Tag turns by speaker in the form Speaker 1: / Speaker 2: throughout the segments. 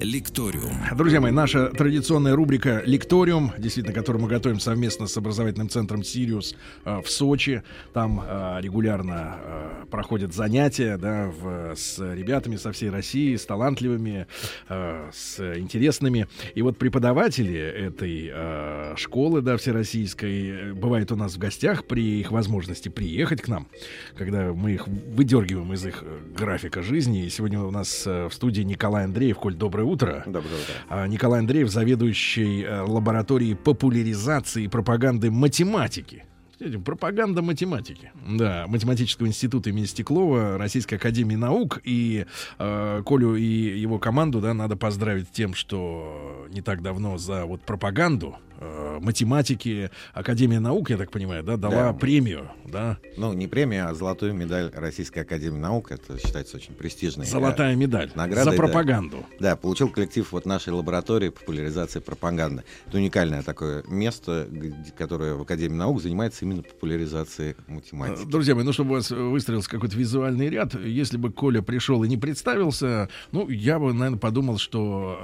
Speaker 1: «Лекториум».
Speaker 2: Друзья мои, наша традиционная рубрика «Лекториум», действительно, которую мы готовим совместно с образовательным центром «Сириус» э, в Сочи. Там э, регулярно э, проходят занятия да, в- с ребятами со всей России, с талантливыми, э, с интересными. И вот преподаватели этой э, школы да, всероссийской э, бывают у нас в гостях при их возможности приехать к нам, когда мы их выдергиваем из их э, графика жизни. И сегодня у нас э, в студии Николай Андреев. Коль, доброе утро.
Speaker 3: Доброе утро.
Speaker 2: А, Николай Андреев, заведующий э, лабораторией популяризации и пропаганды математики. Кстати, Пропаганда математики. Да, Математического института имени Стеклова, Российской Академии Наук. И э, Колю и его команду, да, надо поздравить с тем, что не так давно за вот пропаганду э, математики Академия Наук, я так понимаю, да, дала
Speaker 3: Да.
Speaker 2: премию, да,
Speaker 3: Ну, не премия, а золотую медаль Российской Академии Наук. Это считается очень престижной. э,
Speaker 2: золотая медаль за
Speaker 3: награда, да.
Speaker 2: пропаганду.
Speaker 3: Да, получил коллектив вот нашей лаборатории популяризации пропаганды. Это уникальное такое место, где- которое в Академии наук занимается именно популяризацией математики.
Speaker 2: Друзья мои, ну чтобы у вас э, выстроился какой-то визуальный ряд, если бы Коля пришел и не представился, ну, я бы, наверное, подумал, что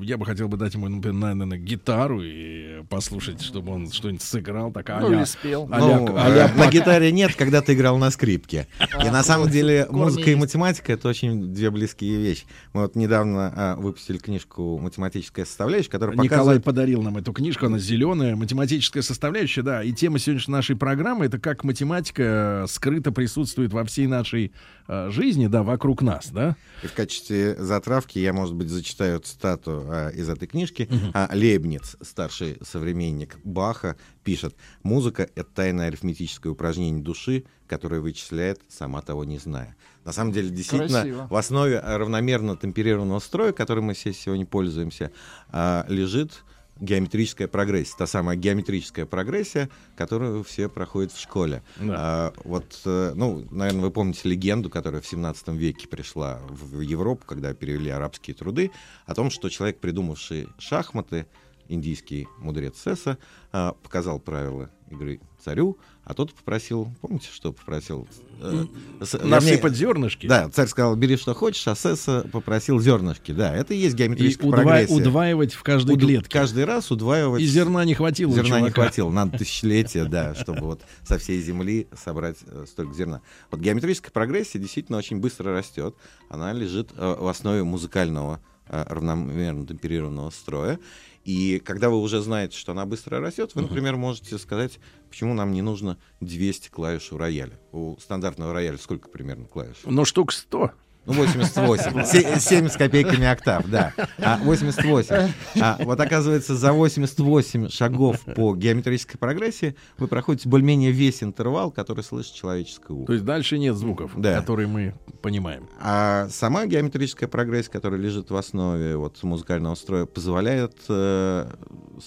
Speaker 2: э, я бы хотел бы дать ему, например, наверное, гитару и послушать, чтобы он что-нибудь сыграл, так а
Speaker 4: Ну, или спел.
Speaker 2: а-ля-
Speaker 3: Ну,
Speaker 2: а-ля
Speaker 3: э, на гитаре нет, когда ты играл на скрипке. И на самом деле
Speaker 4: корни
Speaker 3: музыка и
Speaker 4: есть.
Speaker 3: математика это очень две близкие вещи. Мы вот недавно а, выпустили книжку «Математическая составляющая», которая
Speaker 2: Николай
Speaker 3: показывает...
Speaker 2: подарил нам эту книжку, она зеленая, математическая составляющая, да. И тема сегодняшней нашей программы это как математика скрыто присутствует во всей нашей э, жизни, да, вокруг нас, да.
Speaker 3: И в качестве затравки я, может быть, зачитаю цитату а, из этой книжки. А, Лейбниц, старший современник Баха, пишет, «Музыка — это тайное арифметическое упражнение души, которое вычисляет, сама того не зная». На самом деле, действительно,
Speaker 4: Красиво.
Speaker 3: в основе а, равномерно темперированного строя, которым мы все сегодня пользуемся, а, лежит геометрическая прогрессия, та самая геометрическая прогрессия, которую все проходят в школе. А, вот, э, ну, наверное, вы помните легенду, которая в 17 веке пришла в в Европу, когда перевели арабские труды, о том, что человек, придумавший шахматы, индийский мудрец Сеса, а, показал правила игры царю, а тот попросил, помните, что попросил? Э, с- вернее,
Speaker 2: Насыпать зернышки.
Speaker 3: Да, царь сказал, бери что хочешь, а Сеса попросил зернышки. Да, это и есть
Speaker 2: И
Speaker 3: геометрическая
Speaker 2: удва-
Speaker 3: прогрессия.
Speaker 2: удваивать в каждой
Speaker 3: Уд-
Speaker 2: клетке.
Speaker 3: Каждый раз удваивать...
Speaker 2: И зерна не хватило. у
Speaker 3: Зерна не
Speaker 2: чувака.
Speaker 3: хватило, надо тысячелетия, да, чтобы вот со всей земли собрать э, столько зерна. Вот геометрическая прогрессия действительно очень быстро растет. Она лежит э, в основе музыкального э, равномерно темперированного строя. И когда вы уже знаете, что она быстро растет, вы, например, можете сказать, почему нам не нужно 200 клавиш у рояля. У стандартного рояля сколько примерно клавиш?
Speaker 2: Но штук 100.
Speaker 3: Ну, 88. Се- 7 с копейками октав, да. А, 88. А, вот оказывается, за 88 шагов по геометрической прогрессии вы проходите более-менее весь интервал, который слышит человеческое
Speaker 2: То
Speaker 3: ухо.
Speaker 2: есть дальше нет звуков,
Speaker 3: Да.
Speaker 2: которые мы понимаем.
Speaker 3: А сама геометрическая прогрессия, которая лежит в основе вот, музыкального строя, позволяет э,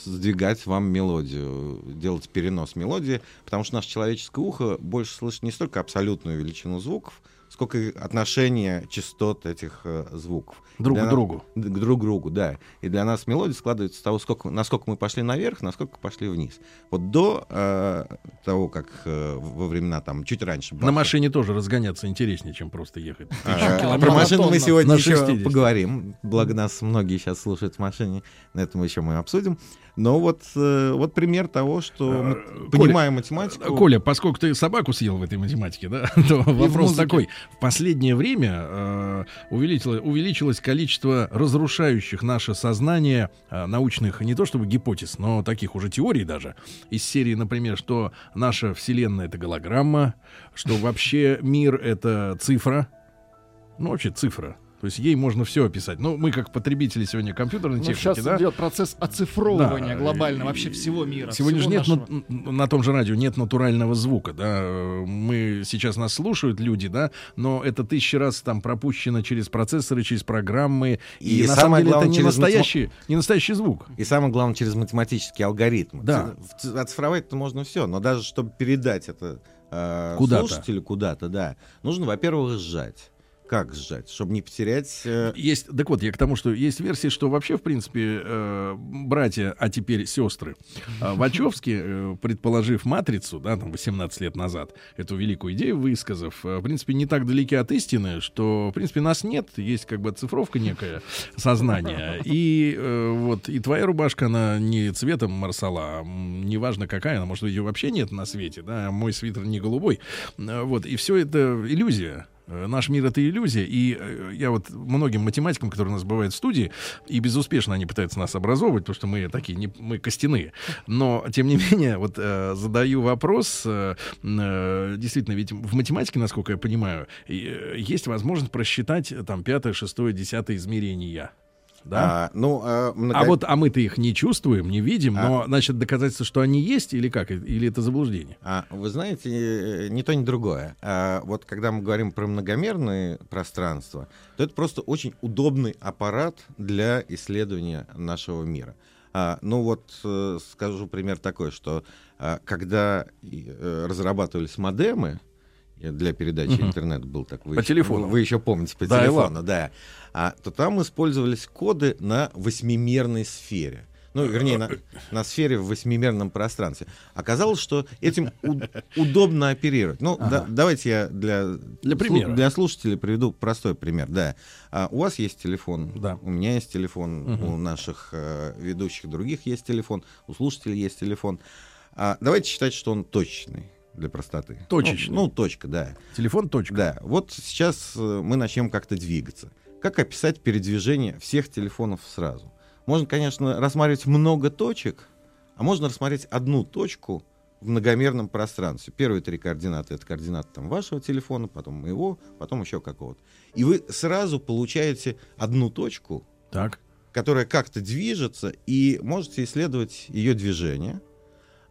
Speaker 3: сдвигать вам мелодию, делать перенос мелодии, потому что наше человеческое ухо больше слышит не столько абсолютную величину звуков, сколько и отношение частот этих э, звуков.
Speaker 2: Друг
Speaker 3: Для
Speaker 2: к
Speaker 3: на-
Speaker 2: другу.
Speaker 3: д- к друг другу, да. И для нас мелодия складывается с того, сколько, насколько мы пошли наверх, насколько пошли вниз. Вот до э, того, как э, во времена, там, чуть раньше...
Speaker 2: На
Speaker 3: Баха-
Speaker 2: машине тоже разгоняться интереснее, чем просто ехать.
Speaker 3: а,
Speaker 4: километров.
Speaker 3: Про машину мы
Speaker 4: Монотонно.
Speaker 3: сегодня
Speaker 2: На
Speaker 3: еще
Speaker 2: 60.
Speaker 3: поговорим. Благо нас многие сейчас слушают в машине. На этом еще мы обсудим. Но вот, э, вот пример того, что мы
Speaker 2: Э, Коля,
Speaker 3: понимаем математику.
Speaker 2: Э, Коля, поскольку ты собаку съел в этой математике, да, то вопрос такой. В последнее время э, увеличило- увеличилось количество разрушающих наше сознание э, научных, не то чтобы гипотез, но таких уже теорий даже. Из серии, например, что наша Вселенная — это голограмма, что вообще мир — это цифра, ну вообще цифра. То есть ей можно все описать. Ну, мы как потребители сегодня компьютерной
Speaker 4: Ну, сейчас
Speaker 2: техники, типа да?
Speaker 4: идет процесс оцифровывания
Speaker 2: Да,
Speaker 4: глобально
Speaker 2: и-
Speaker 4: вообще всего мира.
Speaker 2: Сегодня же
Speaker 4: всего
Speaker 2: нет
Speaker 4: нашего.
Speaker 2: на, на том же радио нет натурального звука, да. Э, Мы сейчас нас слушают люди, да, но это тысячи раз там пропущено через процессоры, через программы. И,
Speaker 3: И
Speaker 2: на самом
Speaker 3: самое
Speaker 2: деле
Speaker 3: главное,
Speaker 2: это не
Speaker 3: через
Speaker 2: настоящий, не настоящий звук.
Speaker 3: И самое главное, через математические алгоритмы.
Speaker 2: Да.
Speaker 3: Ц- в- Оцифровать-то можно все, но даже чтобы передать это э,
Speaker 2: Куда-то.
Speaker 3: слушателю куда-то, да, нужно, во-первых, сжать. Как сжать? Чтобы не потерять... э,
Speaker 2: Есть, так вот, я к тому, что есть версии, что вообще, в принципе, э, братья, а теперь сестры э, Вачовски, э, предположив матрицу, да, там 18 лет назад, эту великую идею высказав, э, в принципе, не так далеки от истины, что, в принципе, нас нет, есть как бы цифровка некая сознания. И э, вот, и твоя рубашка, она не цветом марсала, а, м, неважно какая, она, может, ее вообще нет на свете, да, а мой свитер не голубой. Э, Вот, и все это иллюзия. Э, Наш мир это иллюзия, и э, я вот многим математикам, которые у нас бывают в студии, и безуспешно они пытаются нас образовывать, потому что мы такие, не, мы костяные. Но, тем не менее, вот э, задаю вопрос, э, м, э, действительно, ведь в математике, насколько я понимаю, и, э, есть возможность просчитать э, там пятое, шестое, десятое измерение. Да?
Speaker 3: а, ну, а,
Speaker 2: А
Speaker 3: много-
Speaker 2: вот, а мы-то их не чувствуем, не видим,
Speaker 3: А.
Speaker 2: но, значит, доказательство, что они есть, или как? Э, Или это заблуждение?
Speaker 3: А, вы знаете, э, ни то, ни другое. А, вот когда мы говорим про многомерные пространства, то это просто очень удобный аппарат для исследования нашего мира. А, ну вот э, скажу пример такой, что а, когда и, э, разрабатывались модемы э, для передачи
Speaker 2: Мгм.
Speaker 3: интернет был так вы
Speaker 2: По
Speaker 3: еще-
Speaker 2: телефону.
Speaker 3: вы еще помните по
Speaker 2: Да, и
Speaker 3: телефону, да, а, то там использовались коды на восьмимерной сфере. Ну, вернее, на, на сфере в восьмимерном пространстве. Оказалось, что этим у- удобно оперировать. Ну, да-
Speaker 2: Ага.
Speaker 3: давайте я для,
Speaker 2: Для
Speaker 3: слу-
Speaker 2: примера.
Speaker 3: для слушателей приведу простой пример. Да. А, у вас есть телефон,
Speaker 2: Да.
Speaker 3: у меня есть телефон,
Speaker 2: Мгм.
Speaker 3: у наших э, ведущих других есть телефон, у слушателей есть телефон. А, давайте считать, что он точечный для простоты.
Speaker 2: Точечный.
Speaker 3: Ну, ну, точка, да.
Speaker 2: Телефон точка.
Speaker 3: Да, вот сейчас э, мы начнем как-то двигаться. Как описать передвижение всех телефонов сразу? Можно, конечно, рассматривать много точек, а можно рассмотреть одну точку в многомерном пространстве. Первые три координаты — это координаты там, вашего телефона, потом моего, потом еще какого-то. И вы сразу получаете одну точку,
Speaker 2: Так.
Speaker 3: которая как-то движется, и можете исследовать ее движение.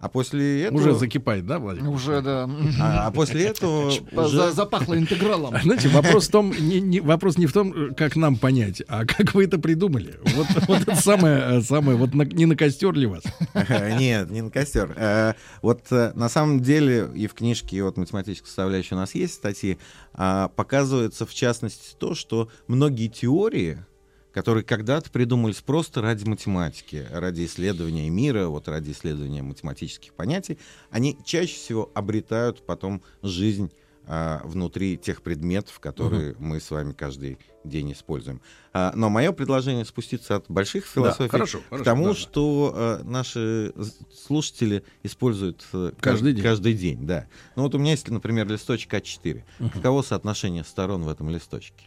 Speaker 3: А после этого...
Speaker 2: Уже закипает, да,
Speaker 3: Ну,
Speaker 2: Владимир?
Speaker 4: Уже, да.
Speaker 3: А, а после этого
Speaker 4: За-
Speaker 3: уже...
Speaker 4: Запахло интегралом.
Speaker 2: А Знаете, вопрос, в том, не, не- вопрос не в том, э, как нам понять, а как вы это придумали. Вот, вот это самое, э, самое, вот на- не на костер ли вас?
Speaker 3: Нет, не на костер. Э, Вот э, на самом деле и в книжке, и вот математическая составляющая у нас есть статьи, а, показывается в частности то, что многие теории, которые когда-то придумались просто ради математики, ради исследования мира, вот ради исследования математических понятий, они чаще всего обретают потом жизнь а, внутри тех предметов, которые мы с вами каждый день используем. А, Но мое предложение спуститься от больших
Speaker 2: Да,
Speaker 3: философий
Speaker 2: хорошо, хорошо.
Speaker 3: к тому,
Speaker 2: да, да.
Speaker 3: что э, наши з- слушатели используют э,
Speaker 2: Каждый
Speaker 3: каж-
Speaker 2: день.
Speaker 3: каждый день, да. Ну вот у меня есть, например, листочек А А4.
Speaker 2: Мгм.
Speaker 3: Каково соотношение сторон в этом листочке?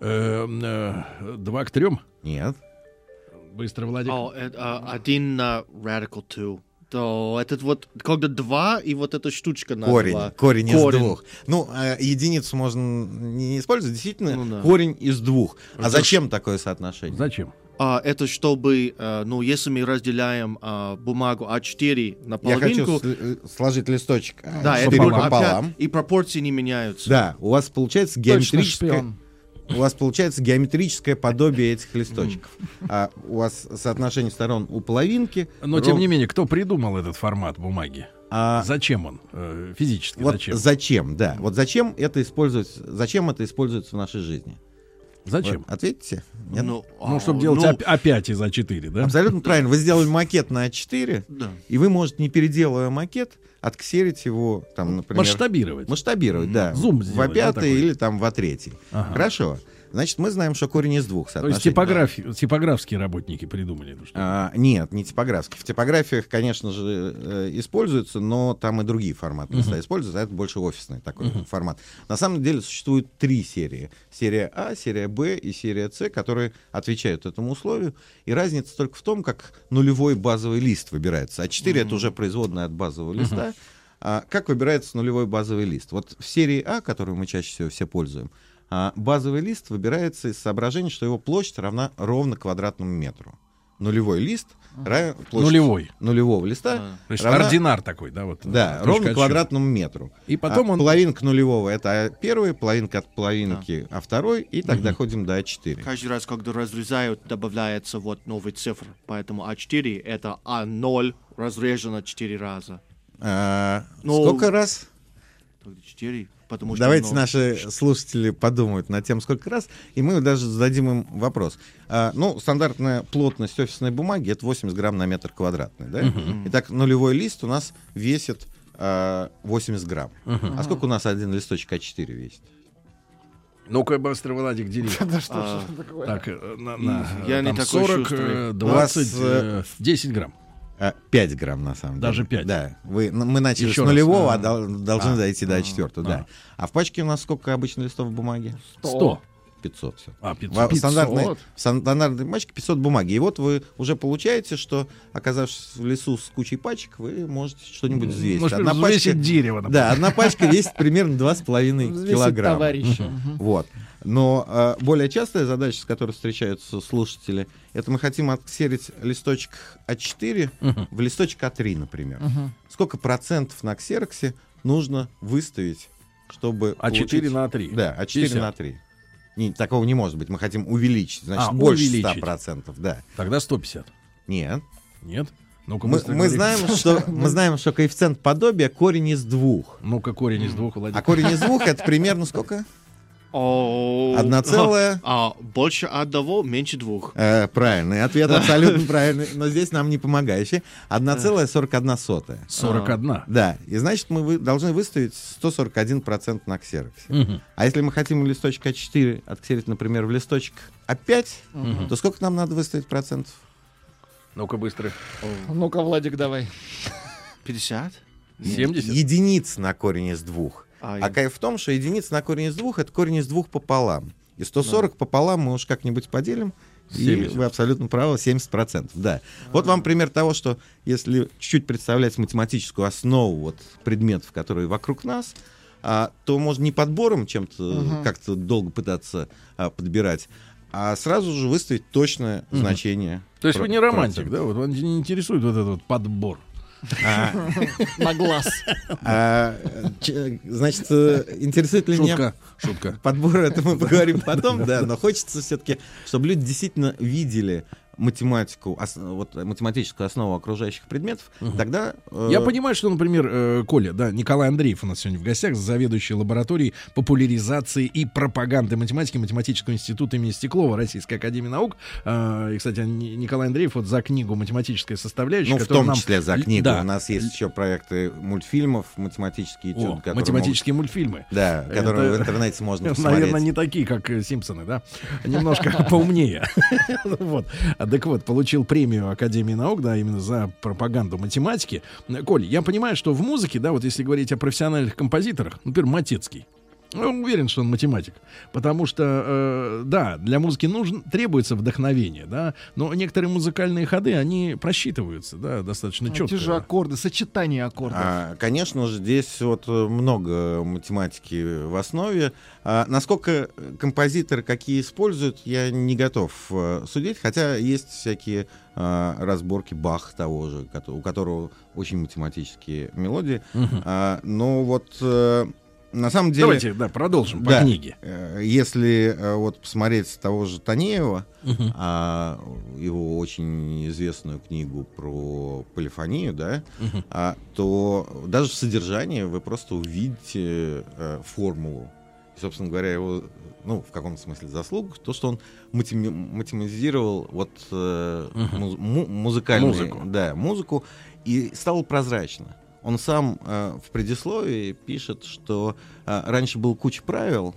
Speaker 2: Эм, э, Два к трем.
Speaker 3: Нет.
Speaker 2: Быстро, Владик.
Speaker 5: О, э, а, один на Radical 2. То этот вот, когда два, и вот эта штучка на
Speaker 3: Корень.
Speaker 5: два.
Speaker 3: Корень из
Speaker 5: Корень.
Speaker 3: двух. Ну, э, единицу можно не использовать, действительно,
Speaker 5: Ну да.
Speaker 3: корень из двух.
Speaker 2: Это
Speaker 3: А зачем такое соотношение?
Speaker 2: Зачем?
Speaker 5: А, это чтобы, э, ну, если мы разделяем а, бумагу А4 на
Speaker 3: Я хочу
Speaker 5: половинку,
Speaker 3: сл- э, сложить листочек э,
Speaker 5: да, это
Speaker 3: пополам.
Speaker 5: будет
Speaker 3: пополам.
Speaker 5: опять- и пропорции не меняются.
Speaker 3: Да, у вас получается
Speaker 4: Точно
Speaker 3: геометрическая
Speaker 4: шпион.
Speaker 3: у вас получается геометрическое подобие этих листочков. А у вас соотношение сторон у половинки.
Speaker 2: Но, тем
Speaker 3: ров-
Speaker 2: не менее, кто придумал этот формат бумаги?
Speaker 3: а,
Speaker 2: Зачем он? э, Физически
Speaker 3: вот
Speaker 2: зачем?
Speaker 3: зачем? да. Вот зачем это используется, зачем это используется в нашей жизни?
Speaker 2: Зачем?
Speaker 3: Вы ответите? Нет?
Speaker 2: Ну,
Speaker 5: а,
Speaker 2: чтобы делать
Speaker 5: ну,
Speaker 2: оп- опять из А4, да?
Speaker 3: Абсолютно правильно. Вы сделали макет на А4,
Speaker 5: да.
Speaker 3: и вы можете, не переделывая макет, отксерить его, там, например...
Speaker 2: Ну, Масштабировать. Ну,
Speaker 3: Масштабировать, да.
Speaker 2: Зум
Speaker 3: во
Speaker 2: сделать, да,
Speaker 3: пятый
Speaker 2: такой?
Speaker 3: или там во третий.
Speaker 2: Ага.
Speaker 3: Хорошо. Значит, мы знаем, что корень из двух
Speaker 2: То есть
Speaker 3: соотношений, да.
Speaker 2: типографи- типографские работники придумали ну, эту штуку.
Speaker 3: А, нет, не типографские. В типографиях, конечно же, э, используются, но там и другие форматы листа используются, а это больше офисный такой формат. На самом деле существует три серии. Серия А, серия Б и серия С, которые отвечают этому условию. И разница только в том, как нулевой базовый лист выбирается. А4 это уже производная от базового листа. А как выбирается нулевой базовый лист? Вот в серии А, которую мы чаще всего все пользуем, а, базовый лист выбирается из соображения, что его площадь равна ровно квадратному метру. Нулевой лист равен площадь
Speaker 2: Нулевой.
Speaker 3: нулевого листа.
Speaker 5: Да.
Speaker 2: То есть
Speaker 3: равна-
Speaker 2: ординар такой, да? Вот,
Speaker 3: Да,
Speaker 2: точка
Speaker 3: ровно
Speaker 2: отсчета.
Speaker 3: квадратному метру.
Speaker 2: И потом
Speaker 3: А
Speaker 2: он...
Speaker 3: Половинка нулевого — это первый, половинка от половинки — а второй, и так доходим до А А4.
Speaker 5: Каждый раз, когда разрезают, добавляется вот новый цифр. Поэтому А4 это А А0 разрежено 4 раза.
Speaker 3: А,
Speaker 5: Ну,
Speaker 3: Сколько раз?
Speaker 5: Только 4. потому что...
Speaker 3: Давайте
Speaker 5: оно-
Speaker 3: наши слушатели подумают над тем, сколько раз, и мы даже зададим им вопрос. А, ну, стандартная плотность офисной бумаги — это 80 грамм на метр квадратный, да? Итак, нулевой лист у нас весит а, 80 грамм. А сколько у нас один листочек А4 весит?
Speaker 2: Ну-ка, быстро, Владик, дели.
Speaker 4: Да что ж
Speaker 5: А,
Speaker 4: это такое?
Speaker 2: Так, э, на, на, э,
Speaker 5: Я не
Speaker 2: там
Speaker 5: такой
Speaker 2: 40, э,
Speaker 5: шустрый.
Speaker 2: 20,
Speaker 3: У вас, э,
Speaker 2: э, 10 грамм.
Speaker 3: А, 5 грамм, на самом деле.
Speaker 2: Даже пять?
Speaker 3: Да. Вы, ну, мы начали
Speaker 2: Еще
Speaker 3: с
Speaker 2: раз.
Speaker 3: нулевого, а
Speaker 2: А.
Speaker 3: дол- должны
Speaker 2: А.
Speaker 3: дойти до А4, да. А в пачке у нас сколько обычно листов бумаги?
Speaker 2: 100.
Speaker 3: 500 все.
Speaker 2: А,
Speaker 3: В
Speaker 2: 500.
Speaker 3: стандартной, в стандартной пачке 500 бумаги. И вот вы уже получаете, что, оказавшись в лесу с кучей пачек, вы можете что-нибудь взвесить.
Speaker 2: Может,
Speaker 3: одна
Speaker 2: Ну, взвесить
Speaker 3: пачка,
Speaker 2: дерево. например.
Speaker 3: да, одна пачка весит примерно 2,5
Speaker 4: Взвесить
Speaker 3: килограмма.
Speaker 4: товарища.
Speaker 3: Вот. Но э, более частая задача, с которой встречаются слушатели, это мы хотим отксерить листочек А А4 в листочек А3, например. Сколько процентов на ксероксе нужно выставить, чтобы
Speaker 2: А 4
Speaker 3: получить-
Speaker 2: на 3.
Speaker 3: да, а 4 на 3. Не, такого не может быть. Мы хотим увеличить. Значит,
Speaker 2: А,
Speaker 3: больше
Speaker 2: увеличить.
Speaker 3: 100%. Да.
Speaker 2: Тогда 150.
Speaker 3: Нет.
Speaker 2: Нет? Ну-ка,
Speaker 3: Мы,
Speaker 2: быстро
Speaker 3: мы,
Speaker 2: говори.
Speaker 3: знаем, что, мы знаем, что коэффициент подобия корень из двух.
Speaker 2: Ну-ка, корень из двух,
Speaker 3: А
Speaker 2: Владик.
Speaker 3: корень из двух это примерно сколько? а,
Speaker 5: О,
Speaker 3: Одна целая.
Speaker 5: А, больше одного, меньше двух.
Speaker 3: Э, правильный ответ, абсолютно правильный. Но здесь нам не помогающий. 1,41.
Speaker 2: 41.
Speaker 3: Да, и значит мы вы- должны выставить 141% на ксероксе.
Speaker 2: Мгм.
Speaker 3: А если мы хотим листочек А4 отксерить, например, в листочек А5, то сколько нам надо выставить процентов?
Speaker 2: Ну-ка, быстро.
Speaker 4: Ну-ка, Владик, давай.
Speaker 5: 50?
Speaker 2: 70.
Speaker 3: единиц на корень из двух.
Speaker 5: А,
Speaker 3: А
Speaker 5: я-
Speaker 3: кайф в том, что единица на корень из двух это корень из двух пополам. И 140 пополам мы уж как-нибудь поделим. И
Speaker 2: 70.
Speaker 3: вы абсолютно правы, 70%. Да. Вот вам пример того, что если чуть-чуть представлять математическую основу вот, предметов, которые вокруг нас, а, то можно не подбором чем-то
Speaker 4: Мгм.
Speaker 3: как-то долго пытаться а, подбирать, а сразу же выставить точное значение.
Speaker 2: То есть
Speaker 3: про-
Speaker 2: вы не романтик,
Speaker 3: процента.
Speaker 2: да? Вот вам не интересует вот этот вот подбор.
Speaker 3: А,
Speaker 4: На глаз.
Speaker 3: А, ч- значит, э, интересует ли меня
Speaker 2: Шутка, шутка.
Speaker 3: подбор, это мы поговорим потом, да, но хочется все-таки, чтобы люди действительно видели математику, ос- вот э, математическую основу окружающих предметов, тогда... э,
Speaker 2: Я понимаю, что, например, э, Коля, да, Николай Андреев у нас сегодня в гостях, заведующий лабораторией популяризации и пропаганды математики Математического института имени Стеклова Российской Академии Наук. Э, И, кстати, Ни- Николай Андреев вот за книгу «Математическая составляющая»,
Speaker 3: Ну, в
Speaker 2: которую
Speaker 3: том
Speaker 2: нам-
Speaker 3: числе за книгу.
Speaker 2: Да.
Speaker 3: У нас есть еще проекты мультфильмов, математические
Speaker 2: О,
Speaker 3: этюды, которые
Speaker 2: математические мультфильмы.
Speaker 3: могут- да, которые
Speaker 2: Это-
Speaker 3: в интернете можно посмотреть.
Speaker 2: Наверное, не такие, как э, Симпсоны, да? Немножко поумнее. Ну Вот. А, Так вот, получил премию Академии наук, да, именно за пропаганду математики. Э, Коль, я понимаю, что в музыке, да, вот если говорить о профессиональных композиторах, например, Матецкий, я уверен, что он математик. Потому что, э, да, для музыки нужен, требуется вдохновение, да, но некоторые музыкальные ходы, они просчитываются, да, достаточно четко.
Speaker 4: Те же аккорды, сочетание аккордов.
Speaker 3: А, конечно же, здесь вот э, много математики в основе. А, насколько композиторы какие используют, я не готов э, судить, хотя есть всякие э, разборки Бах того же, кото- у которого очень математические мелодии.
Speaker 2: Мгм.
Speaker 3: А, но вот э, на самом деле...
Speaker 2: Давайте, да, продолжим
Speaker 3: Да.
Speaker 2: по книге.
Speaker 3: Э, Если э, вот посмотреть того же Танеева,
Speaker 2: Мгм.
Speaker 3: а, его очень известную книгу про полифонию, да,
Speaker 2: Мгм.
Speaker 3: а, то даже в содержании вы просто увидите э, формулу. И, собственно говоря, его, ну, в каком-то смысле заслугу, то, что он матеми- математизировал вот э,
Speaker 2: Мгм.
Speaker 3: муз- му- музыкальные-
Speaker 2: Музыку.
Speaker 3: да, музыку, и стало прозрачно. Он сам э, в предисловии пишет, что э, раньше было куча правил,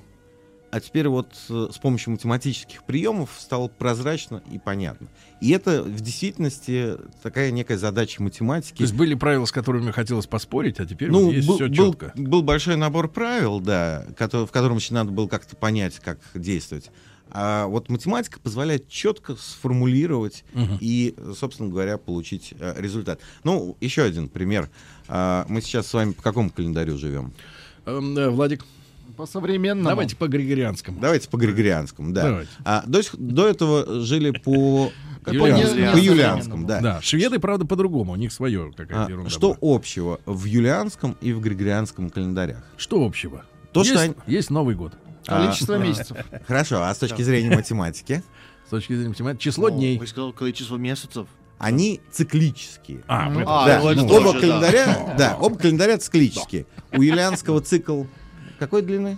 Speaker 3: а теперь вот э, с помощью математических приемов стало прозрачно и понятно. И это в действительности такая некая задача математики.
Speaker 2: То есть были правила, с которыми хотелось поспорить, а теперь вот есть
Speaker 3: Ну, был,
Speaker 2: все
Speaker 3: был-
Speaker 2: четко.
Speaker 3: был большой набор правил, да, кото- в котором еще надо было как-то понять, как действовать. А вот математика позволяет четко сформулировать
Speaker 2: Мгм.
Speaker 3: и, собственно говоря, получить э, результат. Ну, еще один пример. А, мы сейчас с вами по какому календарю живем?
Speaker 2: Эм, да, Владик,
Speaker 4: По современному.
Speaker 2: давайте по Григорианскому.
Speaker 3: Давайте по Григорианскому, да.
Speaker 2: Давайте.
Speaker 3: А, до, сих- до этого жили по... как
Speaker 2: Юлианскому.
Speaker 3: по- По юлианскому, да.
Speaker 2: Да. шведы, правда, по-другому, у них свое какая-то
Speaker 3: А,
Speaker 2: ерунда.
Speaker 3: что
Speaker 2: была.
Speaker 3: общего в юлианском и в григорианском календарях?
Speaker 2: что общего?
Speaker 3: То,
Speaker 2: есть,
Speaker 3: что они-
Speaker 2: есть Новый год.
Speaker 4: Количество
Speaker 3: А,
Speaker 4: месяцев.
Speaker 3: Хорошо, а с точки зрения математики?
Speaker 2: С точки зрения математики, число
Speaker 5: Ну,
Speaker 2: дней.
Speaker 5: Вы сказал количество месяцев.
Speaker 3: Они циклические.
Speaker 2: А, мы-
Speaker 5: А,
Speaker 3: да,
Speaker 5: ну, это
Speaker 3: оба
Speaker 5: тоже, да.
Speaker 3: календаря, да, оба календаря циклические. У юлианского цикл Какой длины?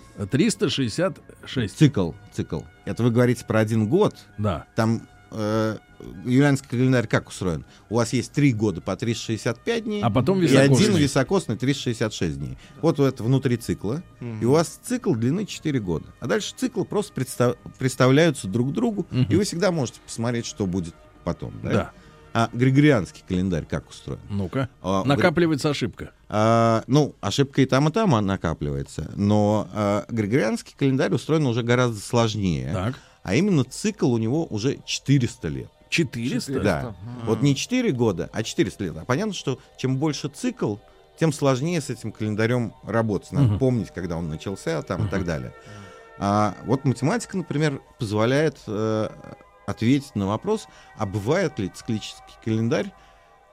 Speaker 2: 366.
Speaker 3: Цикл. Цикл. Это вы говорите про один год.
Speaker 2: Да.
Speaker 3: Там э, юлианский календарь как устроен? У вас есть три года по 365 дней.
Speaker 2: А потом
Speaker 3: и один
Speaker 2: високосный.
Speaker 3: високосный 366 дней. Вот это внутри цикла. И у вас цикл длины 4 года. А дальше циклы просто предста- представляются друг другу,
Speaker 2: Мгм.
Speaker 3: и вы всегда можете посмотреть, что будет потом. Да?
Speaker 2: Да.
Speaker 3: А григорианский календарь как устроен?
Speaker 2: Ну-ка.
Speaker 3: А, у гри-
Speaker 2: Накапливается ошибка.
Speaker 3: а, ну, ошибка и там, и там а, накапливается. Но а, григорианский календарь устроен уже гораздо сложнее.
Speaker 2: Так.
Speaker 3: А именно цикл у него уже 400 лет.
Speaker 2: 400?
Speaker 3: Да. Вот не 4 года, а 400 лет. А понятно, что чем больше цикл, тем сложнее с этим календарем работать. Надо
Speaker 2: Мгм.
Speaker 3: помнить, когда он начался там, и
Speaker 2: Мгм.
Speaker 3: так далее. А, вот математика, например, позволяет э, ответить на вопрос, а бывает ли циклический календарь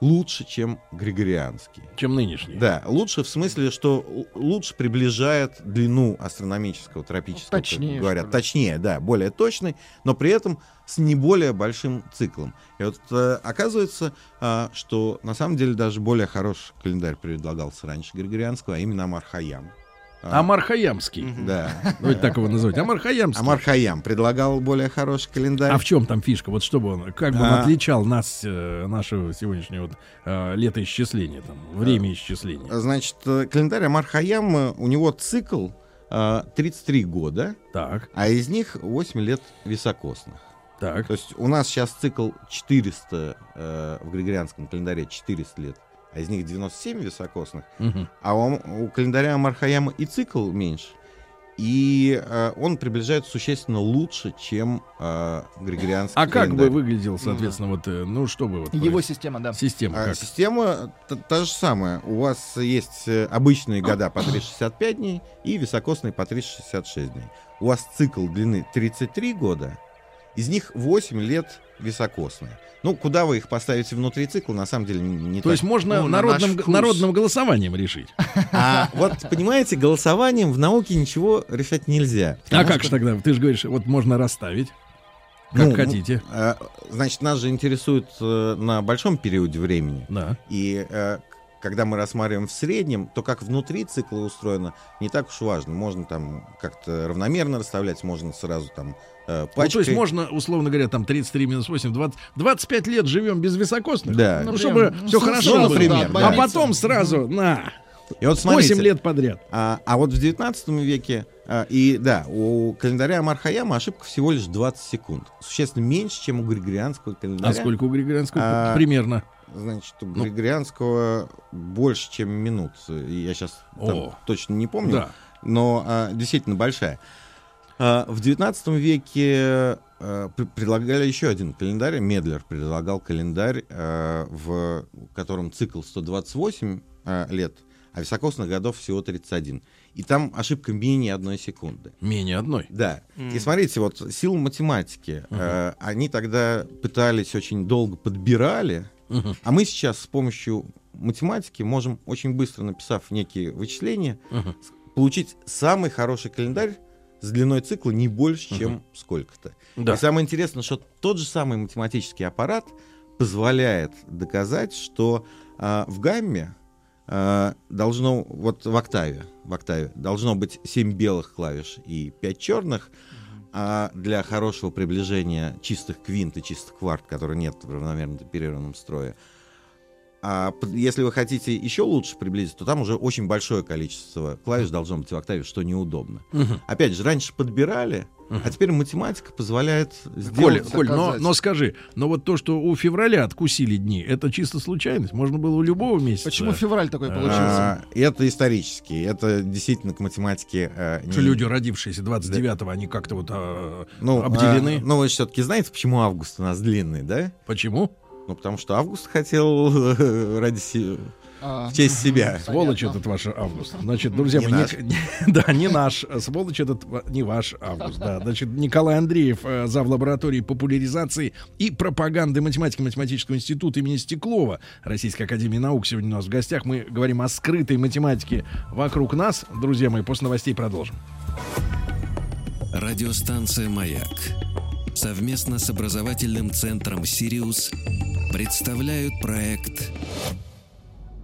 Speaker 3: лучше, чем григорианский.
Speaker 2: Чем нынешний.
Speaker 3: Да, лучше в смысле, что л- лучше приближает длину астрономического, тропического, как
Speaker 4: Точнее,
Speaker 3: говорят.
Speaker 4: что ли?
Speaker 3: Точнее, да, более точный, но при этом с не более большим циклом. И вот э, оказывается, а, что на самом деле даже более хороший календарь предлагался раньше Григорианского, а именно Амар Хайям. А,
Speaker 2: Амар Хаямский.
Speaker 5: Мгм.
Speaker 3: Да.
Speaker 2: Давайте так его называть. Амар Хаямский.
Speaker 3: Амар Хайям предлагал более хороший календарь.
Speaker 2: А в чем там фишка? Вот чтобы он, как бы он
Speaker 3: А.
Speaker 2: отличал нас, э, нашего сегодняшнего вот, э, летоисчисления, там, время исчисления.
Speaker 3: Значит, э, календарь Амар Хайяма, у него цикл э, 33 года,
Speaker 2: Так,
Speaker 3: а из них 8 лет високосных.
Speaker 2: так.
Speaker 3: То есть у нас сейчас цикл 400 э, в григорианском календаре 400 лет, а из них 97 високосных.
Speaker 2: Мгм.
Speaker 3: А у, у календаря Мархаяма и цикл меньше. И э, он приближается существенно лучше, чем э, григорианский
Speaker 2: А как бы
Speaker 3: календарь.
Speaker 2: выглядел, соответственно, вот, э, ну, что бы вот...
Speaker 4: Его система, да.
Speaker 2: Система
Speaker 3: А
Speaker 2: Ну, как?
Speaker 3: система та, та же самая. У вас есть э, обычные года по 365 дней и високосные по 366 дней. У вас цикл длины 33 года, из них 8 лет високосные. Ну, куда вы их поставите внутри цикла, на самом деле не, не
Speaker 2: То
Speaker 3: так.
Speaker 2: есть можно
Speaker 5: Ну, на
Speaker 2: народным,
Speaker 5: наш вкус.
Speaker 2: народным голосованием решить.
Speaker 3: А вот, понимаете, голосованием в науке ничего решать нельзя.
Speaker 2: А
Speaker 3: Потому
Speaker 2: как
Speaker 3: что-
Speaker 2: же тогда? Ты же говоришь, вот можно расставить,
Speaker 3: Ну,
Speaker 2: как
Speaker 3: ну,
Speaker 2: хотите.
Speaker 3: э, Значит, нас же интересует э, на большом периоде времени.
Speaker 2: Да.
Speaker 3: И э, к- когда мы рассматриваем в среднем, то как внутри цикла устроено, не так уж важно. Можно там как-то равномерно расставлять, можно сразу там э,
Speaker 2: Ну, то
Speaker 3: пачкой.
Speaker 2: есть можно, условно говоря, там 33 минус 8, 20, 25 лет живем без высокосных.
Speaker 3: Да.
Speaker 2: Ну,
Speaker 4: Прям,
Speaker 2: чтобы
Speaker 4: ну,
Speaker 2: все
Speaker 4: с-
Speaker 2: хорошо
Speaker 3: ну,
Speaker 2: было.
Speaker 3: например,
Speaker 2: а
Speaker 3: да.
Speaker 2: потом сразу на
Speaker 3: И вот
Speaker 2: 8 лет подряд.
Speaker 3: А, а вот в 19 веке, а, и да, у календаря Мархаяма ошибка всего лишь 20 секунд. Существенно меньше, чем у григорианского календаря.
Speaker 2: А сколько у Григорианского?
Speaker 3: А,
Speaker 2: Примерно.
Speaker 3: Значит, у
Speaker 2: Ну.
Speaker 3: григорианского больше, чем минут. Я сейчас
Speaker 2: О.
Speaker 3: точно не помню.
Speaker 2: Да.
Speaker 3: но а, действительно большая. А, в 19 веке а, пр- предлагали еще один календарь. Медлер предлагал календарь, а, в котором цикл 128 а, лет, а високосных годов всего 31. И там ошибка менее одной секунды.
Speaker 2: Менее одной.
Speaker 3: Да.
Speaker 5: М.
Speaker 3: И смотрите, вот силы математики, э, они тогда пытались очень долго подбирали,
Speaker 2: Мгм.
Speaker 3: а мы сейчас с помощью математики можем очень быстро написав некие вычисления,
Speaker 2: Мгм.
Speaker 3: с- получить самый хороший календарь с длиной цикла не больше, чем сколько-то.
Speaker 2: Да.
Speaker 3: И самое интересное, что тот же самый математический аппарат позволяет доказать, что а, в гамме а, должно, вот в октаве, в октаве должно быть 7 белых клавиш и 5 черных, а для хорошего приближения чистых квинт и чистых кварт, которые нет в равномерно темперированном строе, а п- если вы хотите еще лучше приблизить, то там уже очень большое количество клавиш должно быть в октаве, что неудобно.
Speaker 2: Мгм.
Speaker 3: Опять же, раньше подбирали,
Speaker 2: Мгм.
Speaker 3: а теперь математика позволяет
Speaker 2: Коля,
Speaker 3: сделать...
Speaker 4: Делать,
Speaker 2: Коль, но,
Speaker 4: доказать.
Speaker 2: но скажи, но вот то, что у февраля откусили дни, это чисто случайность. Можно было у любого месяца.
Speaker 4: Почему февраль такой
Speaker 2: А,
Speaker 4: получился?
Speaker 3: А, это исторически, это действительно к математике... э, не-
Speaker 2: Что люди, родившиеся 29-го, они как-то вот... а,
Speaker 3: ну,
Speaker 2: обделены?
Speaker 3: а, ну, вы все-таки знаете, почему август у нас длинный, да?
Speaker 2: почему?
Speaker 3: Ну, потому что август хотел э, ради се-
Speaker 4: А,
Speaker 3: в честь себя.
Speaker 2: Э, Сволочь
Speaker 4: Понятно.
Speaker 2: этот ваш август. Значит, друзья
Speaker 3: Не
Speaker 2: мои,
Speaker 3: наш.
Speaker 2: Ник- да, не наш. Сволочь этот ва- не ваш август. Да. Значит, Николай Андреев, э, зав. лаборатории популяризации и пропаганды математики Математического института имени Стеклова Российской Академии Наук сегодня у нас в гостях. Мы говорим о скрытой математике вокруг нас. Друзья мои, после новостей продолжим.
Speaker 1: Радиостанция «Маяк» совместно с образовательным центром «Сириус» представляют проект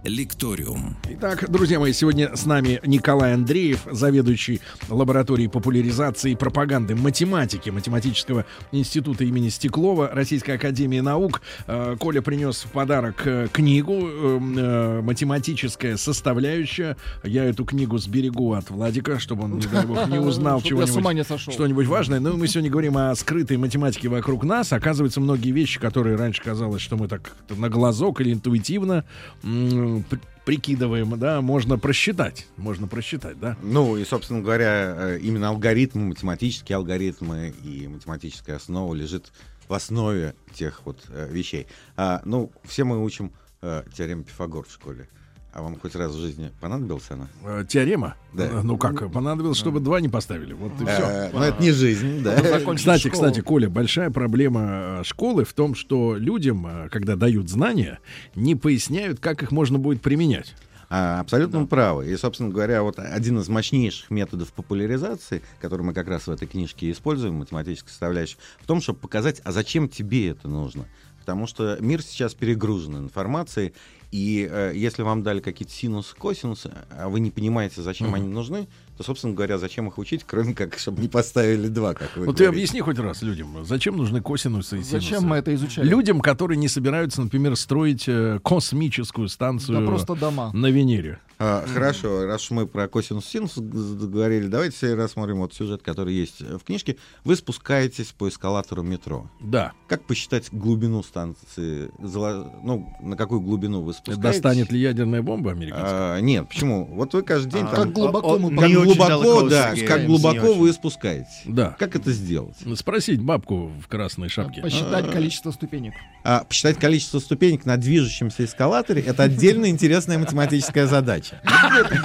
Speaker 1: Лекториум.
Speaker 2: Итак, друзья мои, сегодня с нами Николай Андреев, заведующий лабораторией популяризации и пропаганды математики Математического института имени Стеклова Российской Академии Наук. Э, Коля принес в подарок э, книгу э, э, «Математическая составляющая». Я эту книгу сберегу от Владика, чтобы он, не дай бог, не узнал
Speaker 4: Э, Чтоб Я с ума
Speaker 2: чего-нибудь
Speaker 4: не сошел.
Speaker 2: что-нибудь важное. Но мы сегодня говорим о скрытой математике вокруг нас. Оказывается, многие вещи, которые раньше казалось, что мы так как-то на глазок или интуитивно м, при- прикидываем, да, можно просчитать. Можно просчитать, да?
Speaker 3: Ну и, собственно говоря, э, именно алгоритмы, математические алгоритмы и математическая основа лежит в основе тех вот э, вещей. А, ну, все мы учим э, теорему Пифагор в школе. А вам хоть раз в жизни понадобилась она?
Speaker 2: Э, Теорема.
Speaker 3: Да.
Speaker 2: Э, Ну как, понадобилось, чтобы два не поставили. Вот и все.
Speaker 3: Э, ну, это не жизнь, да.
Speaker 4: Закончить
Speaker 2: Кстати,
Speaker 4: школу.
Speaker 2: кстати, Коля, большая проблема э, школы в том, что людям, э, когда дают знания, не поясняют, как их можно будет применять.
Speaker 3: А, абсолютно правы. И, собственно говоря, вот один из мощнейших методов популяризации, который мы как раз в этой книжке и используем, математическая составляющая, в том, чтобы показать, а зачем тебе это нужно. Потому что мир сейчас перегружен информацией, и э, если вам дали какие-то синусы, косинусы, а вы не понимаете, зачем они нужны, то, собственно говоря, зачем их учить, кроме как, чтобы не поставили два, как вы
Speaker 2: Ну ты
Speaker 3: говорите.
Speaker 2: объясни хоть раз людям, зачем нужны косинусы и синусы?
Speaker 4: Зачем мы это изучали?
Speaker 2: Людям, которые не собираются, например, строить э, космическую станцию
Speaker 4: Да просто дома.
Speaker 2: на Венере.
Speaker 3: А, Хорошо, раз уж мы про косинус-синус говорили, давайте рассмотрим вот сюжет, который есть э, в книжке. Вы спускаетесь по эскалатору метро.
Speaker 2: Да,
Speaker 3: Как посчитать глубину станции? Зала- Ну, на какую глубину вы спускаетесь?
Speaker 2: достанет ли ядерная бомба американская?
Speaker 3: А, нет, почему? Вот вы каждый день
Speaker 5: А,
Speaker 3: там...
Speaker 4: Как глубоко
Speaker 5: о-
Speaker 4: мы пошли?
Speaker 5: о- не
Speaker 3: как
Speaker 5: очень
Speaker 3: глубоко,
Speaker 5: далеко,
Speaker 3: да,
Speaker 5: Сергей,
Speaker 3: как
Speaker 5: не
Speaker 3: глубоко
Speaker 5: очень.
Speaker 3: вы спускаете.
Speaker 2: Да.
Speaker 3: Как это сделать?
Speaker 2: Спросить бабку в красной шапке.
Speaker 4: Посчитать количество ступенек.
Speaker 3: А, посчитать количество ступенек на движущемся эскалаторе — это отдельно интересная математическая задача.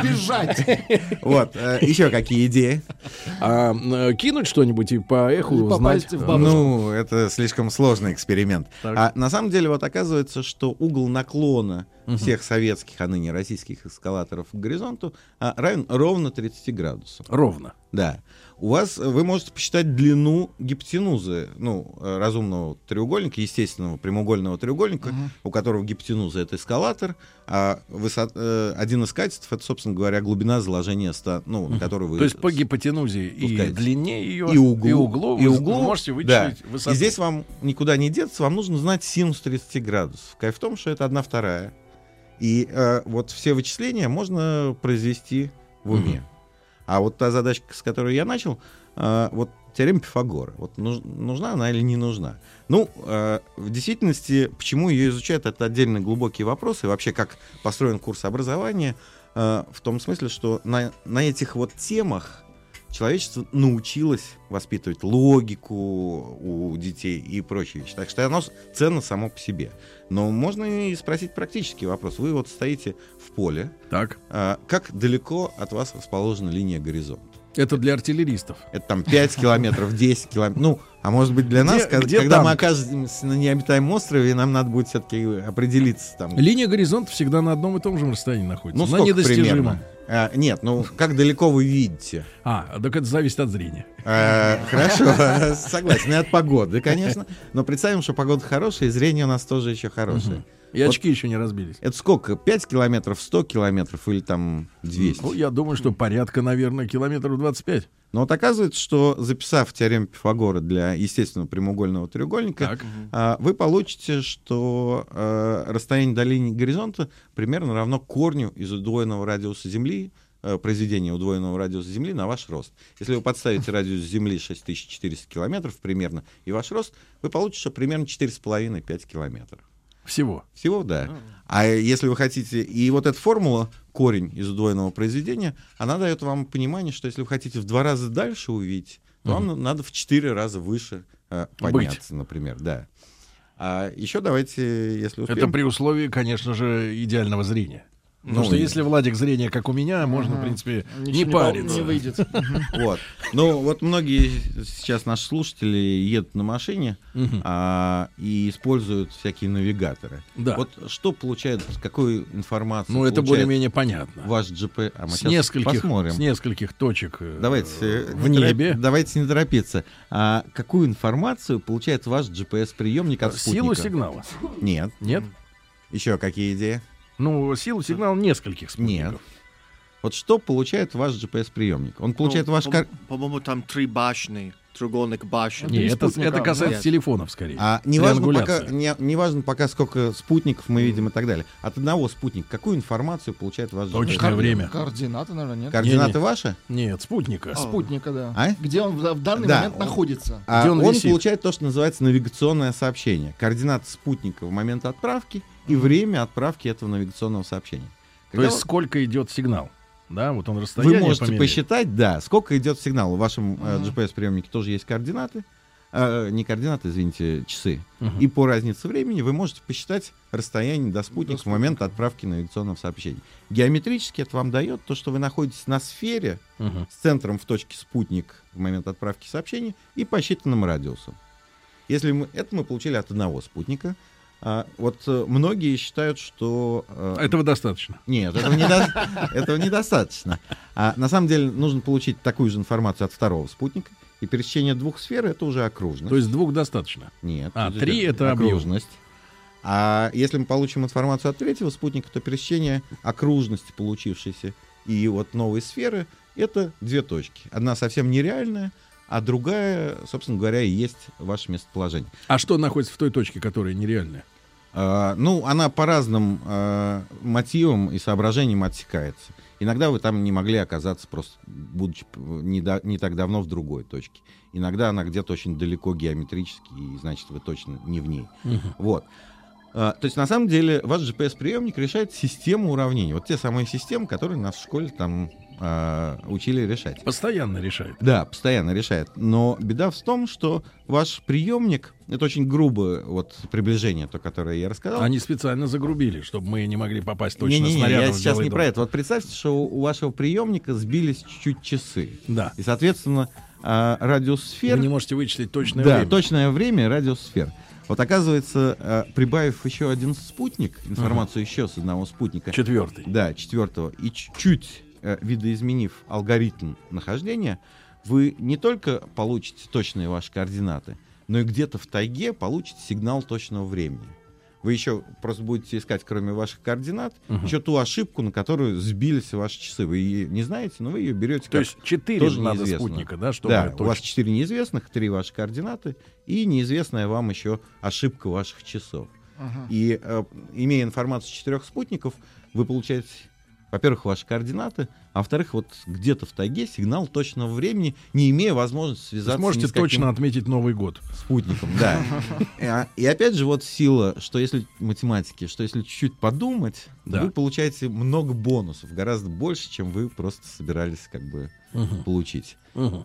Speaker 4: Бежать!
Speaker 3: Вот, еще какие идеи?
Speaker 2: А, э, кинуть что-нибудь и по эху э,
Speaker 4: И попасть
Speaker 2: узнать.
Speaker 4: в бабушку.
Speaker 3: Ну, это слишком сложный эксперимент.
Speaker 2: Так.
Speaker 3: А на самом деле вот оказывается, что угол наклона всех советских, а ныне российских эскалаторов к горизонту а, равен ровно 30 градусам.
Speaker 2: Ровно.
Speaker 3: Да. У вас э, вы можете посчитать длину гипотенузы, ну, э, разумного треугольника, естественного прямоугольного треугольника, у которого гипотенуза это эскалатор, а высот- э, один из катетов это, собственно говоря, глубина заложения ста, ну, на которую вы
Speaker 2: То есть по гипотенузе и
Speaker 3: Пускайте.
Speaker 2: длине ее,
Speaker 3: и углу,
Speaker 2: и углу,
Speaker 3: и
Speaker 2: вы
Speaker 3: углу,
Speaker 2: можете
Speaker 3: да.
Speaker 2: вычислить высоту.
Speaker 3: И здесь вам никуда не деться, вам нужно знать синус 30 градусов. Кайф в том, что это одна вторая. И э, вот все вычисления можно произвести в уме. А вот та задачка, с которой я начал, э, вот теорема Пифагора. Вот нуж- нужна она или не нужна? Ну, э, в действительности, почему ее изучают, это отдельно глубокие вопросы. И вообще, как построен курс образования, э, в том смысле, что на, на этих вот темах человечество научилось воспитывать логику у детей и прочие вещи. Так что оно с- ценно само по себе. Но можно и спросить практический вопрос. Вы вот стоите в поле,
Speaker 2: Так,
Speaker 3: а, как далеко от вас расположена линия горизонта?
Speaker 2: это для артиллеристов.
Speaker 3: Это там 5 километров, 10 километров. Ну, а может быть для
Speaker 2: Где-
Speaker 3: нас, ко-
Speaker 2: где
Speaker 3: когда мы
Speaker 2: танк?
Speaker 3: окажемся на необитаемом острове, нам надо будет все-таки определиться там.
Speaker 2: Линия горизонта всегда на одном и том же расстоянии находится.
Speaker 3: Ну,
Speaker 2: на
Speaker 3: сколько
Speaker 2: недостижимом.
Speaker 3: примерно? А, нет, ну, как далеко вы видите?
Speaker 2: А, так это зависит от зрения.
Speaker 3: Э, Хорошо, согласен, и от погоды, конечно. Но представим, что погода хорошая, и зрение у нас тоже еще хорошее.
Speaker 2: И
Speaker 3: Вот-
Speaker 2: очки еще не разбились.
Speaker 3: Это сколько? 5 километров, 100 километров или там 200?
Speaker 2: Ну, я думаю, что порядка, наверное, километров 25.
Speaker 3: Но вот оказывается, что записав теорему Пифагора для естественного прямоугольного треугольника,
Speaker 2: Так.
Speaker 3: а, вы получите, что э, расстояние до линии горизонта примерно равно корню из удвоенного радиуса Земли, э, произведения удвоенного радиуса Земли на ваш рост. Если вы подставите радиус Земли 6400 километров примерно и ваш рост, вы получите примерно 4,5-5 километров.
Speaker 2: Всего.
Speaker 3: Всего, да. А если вы хотите... И вот эта формула, корень из удвоенного произведения, она дает вам понимание, что если вы хотите в два раза дальше увидеть, то вам на- надо в четыре раза выше э, подняться, например, да. А еще давайте, если успеем...
Speaker 2: Это при условии, конечно же, идеального зрения.
Speaker 3: Ну,
Speaker 2: Потому что
Speaker 3: и-
Speaker 2: если Владик зрение, как у меня, можно, в принципе, не
Speaker 4: Ничего пол-
Speaker 2: париться.
Speaker 4: Не выйдет.
Speaker 3: Вот. Ну, вот многие сейчас наши слушатели едут на машине
Speaker 2: Мгм.
Speaker 3: а, и используют всякие навигаторы.
Speaker 2: Да.
Speaker 3: Вот что получает, какую информацию
Speaker 2: Ну, это
Speaker 3: получает
Speaker 2: более-менее понятно.
Speaker 3: ваш GP... А мы
Speaker 2: С
Speaker 3: сейчас
Speaker 2: нескольких,
Speaker 3: посмотрим.
Speaker 2: с нескольких точек э,
Speaker 3: Давайте э,
Speaker 2: в
Speaker 3: не торопи-
Speaker 2: небе.
Speaker 3: давайте не торопиться. А какую информацию получает ваш GPS-приемник от спутника?
Speaker 2: Силу сигнала.
Speaker 3: Нет.
Speaker 2: Нет?
Speaker 3: Еще какие идеи?
Speaker 2: Ну, силу сигнал нескольких спутников.
Speaker 3: Нет. Вот что получает ваш GPS-приемник? Он получает
Speaker 5: Ну,
Speaker 3: ваш...
Speaker 5: по-
Speaker 3: кар-
Speaker 5: По-моему, там три башни, треугольник башен.
Speaker 2: Не,
Speaker 4: Три
Speaker 2: это,
Speaker 4: спутника,
Speaker 2: это касается
Speaker 5: нет.
Speaker 2: телефонов скорее.
Speaker 3: А неважно
Speaker 2: Триангуляция.
Speaker 3: пока, не, неважно пока, сколько спутников мы видим и так далее. От одного спутника какую информацию получает ваш
Speaker 2: Точное
Speaker 3: GPS?
Speaker 2: время.
Speaker 4: Координаты, наверное, нет. А,
Speaker 3: Координаты
Speaker 2: Не-не.
Speaker 3: ваши?
Speaker 2: Нет, спутника.
Speaker 4: Спутника, да.
Speaker 3: А?
Speaker 4: Где он в, в данный
Speaker 3: Да.
Speaker 4: момент находится.
Speaker 3: А
Speaker 2: Где он
Speaker 3: он,
Speaker 2: висит?
Speaker 3: получает то, что называется навигационное сообщение. Координаты спутника в момент отправки и время отправки этого навигационного сообщения.
Speaker 2: То
Speaker 3: Когда
Speaker 2: есть сколько идет сигнал? Да, вот он расстояние
Speaker 3: вы можете
Speaker 2: померяет.
Speaker 3: посчитать, да, сколько идет сигнал. В вашем э,
Speaker 4: Мгм.
Speaker 3: GPS-приемнике тоже есть координаты. Э, не координаты, извините, часы.
Speaker 2: Мгм.
Speaker 3: И по разнице времени вы можете посчитать расстояние до спутника в
Speaker 4: спутника.
Speaker 3: момент отправки навигационного сообщения. Геометрически это вам дает то, что вы находитесь на сфере
Speaker 2: Мгм.
Speaker 3: с центром в точке спутник в момент отправки сообщения и посчитанным радиусом. Если мы, это мы получили от одного спутника. А, вот э, многие считают, что... э,
Speaker 2: Этого достаточно.
Speaker 3: Нет, этого, недо- этого недостаточно. А, на самом деле нужно получить такую же информацию от второго спутника. И пересечение двух сфер — это уже окружность.
Speaker 2: То есть двух достаточно.
Speaker 3: Нет.
Speaker 2: А,
Speaker 3: тут
Speaker 2: три
Speaker 3: идет
Speaker 2: это объем.
Speaker 3: окружность. А если мы получим информацию от третьего спутника, то пересечение окружности получившейся и вот новой сферы — это две точки. Одна совсем нереальная, а другая, собственно говоря, и есть ваше местоположение.
Speaker 2: А что находится в той точке, которая нереальная?
Speaker 3: А, ну, она по разным а, мотивам и соображениям отсекается. Иногда вы там не могли оказаться, просто будучи п- не, да- не так давно в другой точке. Иногда она где-то очень далеко геометрически, и значит, вы точно не в ней. Вот. А, То есть, на самом деле, ваш GPS-приемник решает систему уравнений. Вот те самые системы, которые нас в школе там а, учили решать.
Speaker 2: Постоянно решает.
Speaker 3: Да, постоянно решает. Но беда в том, что ваш приемник, это очень грубое вот приближение, то, которое я рассказал.
Speaker 2: Они специально загрубили, чтобы мы не могли попасть точно
Speaker 3: Не-не-не,
Speaker 2: снарядом
Speaker 3: я
Speaker 2: в
Speaker 3: сейчас
Speaker 2: Белый
Speaker 3: не
Speaker 2: дом.
Speaker 3: про это. Вот представьте, что у у вашего приемника сбились чуть-чуть часы.
Speaker 2: Да.
Speaker 3: И, соответственно, а, радиус сфер...
Speaker 2: Вы не можете вычислить точное
Speaker 3: да,
Speaker 2: время.
Speaker 3: точное время и радиус сфер. Вот оказывается, а, прибавив еще один спутник, информацию еще с одного спутника,
Speaker 2: Четвертый.
Speaker 3: да, четвертого, и чуть-чуть э, видоизменив алгоритм нахождения, вы не только получите точные ваши координаты, но и где-то в тайге получите сигнал точного времени. Вы еще просто будете искать, кроме ваших координат,
Speaker 2: Мгм.
Speaker 3: еще ту ошибку, на которую сбились ваши часы. Вы ее не знаете, но вы ее берете
Speaker 2: То
Speaker 3: как
Speaker 2: есть четыре
Speaker 3: тоже
Speaker 2: же надо
Speaker 3: неизвестно.
Speaker 2: спутника, да, чтобы
Speaker 3: да, у
Speaker 2: точно.
Speaker 3: вас четыре неизвестных, три ваши координаты и неизвестная вам еще ошибка ваших часов.
Speaker 4: Ага.
Speaker 3: И э, имея информацию с четырех спутников, вы получаете, во-первых, ваши координаты, а во-вторых, вот где-то в тайге сигнал точного времени, не имея возможности
Speaker 2: Вы
Speaker 3: связаться
Speaker 2: сможете
Speaker 3: ни с каким
Speaker 2: точно отметить Новый год.
Speaker 3: спутником. Да. И, а, И опять же, вот сила, что если математики, что если чуть-чуть подумать,
Speaker 2: Да.
Speaker 3: вы получаете много бонусов, гораздо больше, чем вы просто собирались как бы получить.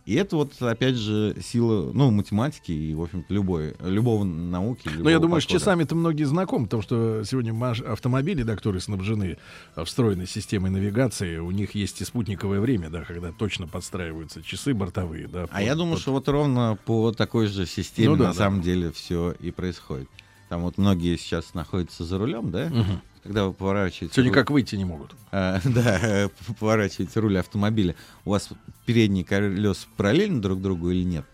Speaker 3: И это вот, опять же, сила, ну, математики и, в общем-то, любой, любого науки.
Speaker 2: Но Ну, я
Speaker 3: любого
Speaker 2: думаю, с
Speaker 3: подхода.
Speaker 2: часами-то многие знакомы, потому что сегодня маш- автомобили, да, которые снабжены э, встроенной системой навигации, у них есть и спутниковое время, да, когда точно подстраиваются часы бортовые, да.
Speaker 3: А я думаю,
Speaker 2: под-
Speaker 3: что вот ровно по такой же системе
Speaker 2: Ну да,
Speaker 3: на
Speaker 2: да.
Speaker 3: самом деле все и происходит. Там вот многие сейчас находятся за рулем, да?
Speaker 2: Мгм.
Speaker 3: Когда вы поворачиваете...
Speaker 2: Сегодня
Speaker 3: ру-
Speaker 2: как выйти не могут.
Speaker 3: А, да, э, поворачиваете руль автомобиля. У вас передние колеса параллельно друг другу или нет?